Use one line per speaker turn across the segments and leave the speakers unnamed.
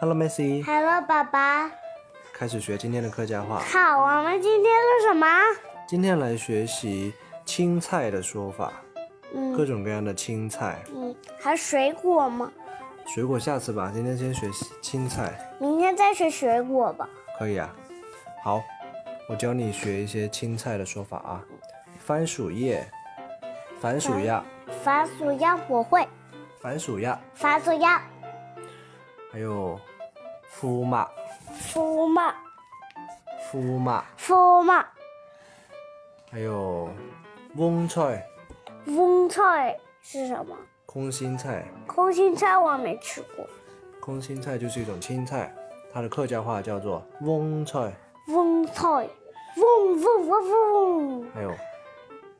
Hello, Messi，
Hello，爸爸。
开始学今天的客家话。
好，我们今天录什么？
今天来学习青菜的说法，各
嗯
种各样的青菜、
嗯，还有水果吗？
水果，下次吧。今天先学习青菜，
明天再学水果吧。
可以啊。好，我教你学一些青菜的说法啊。番薯叶，番薯亚，
番薯鸭我会，
番薯亚，
番薯鸭、
还有麸麻，
麸麻、
麸麻，
麸麻、
还有翁菜、
翁菜是什么？
空心菜。
空心菜我没吃过。
空心菜就是一种青菜，它的客家话叫做翁菜，
翁菜，嗡嗡嗡嗡嗡。
还有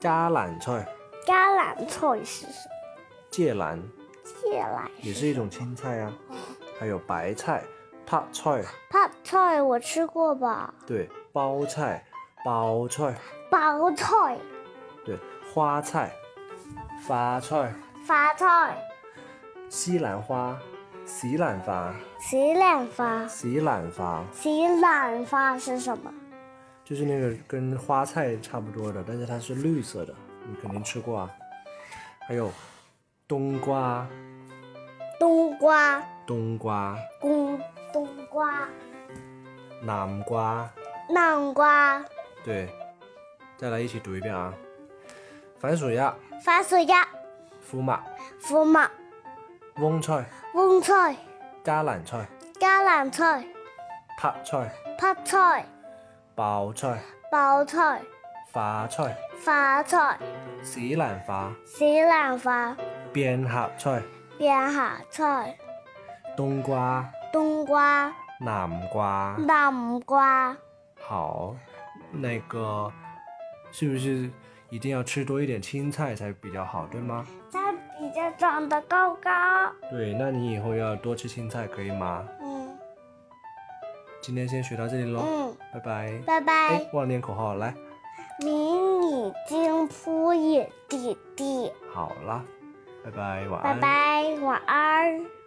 加榄菜、
橄榄菜是什么？
芥兰
芥兰
也是一种青菜啊，还有白菜、泡菜，
泡菜我吃过吧？
对，包菜、包菜，
包菜、
对，花菜、花菜、
花菜、
西兰花、西兰花、
西兰花。
西兰花，
西兰花是什么？
就是那个跟花菜差不多的，但是它是绿色的，你肯定吃过啊。还有冬瓜，
冬瓜，
冬瓜。
冬冬瓜，
南瓜，
南瓜，
对，再来一起读一遍啊。番薯芽、
番薯叶、
麸麻、
麸麻、
翁菜、
翁菜、
加兰菜、
橄榄菜、
泡菜、
泡菜、
包菜、
包菜、
花菜、
花菜、
西兰花、
西兰花、
扁合菜、
边下菜、
冬瓜、
冬瓜、
南瓜。
南瓜。
好，那个是不是一定要吃多一点青菜才比较好，对吗？
它比较长得高高。
对，那你以后要多吃青菜，可以吗？
嗯
今天先学到这里喽，
嗯，
拜拜。
拜
哎
拜。，
忘了念口号，来，
迷你金铺野弟弟，
好啦，拜拜，晚
拜
安。
拜，晚安。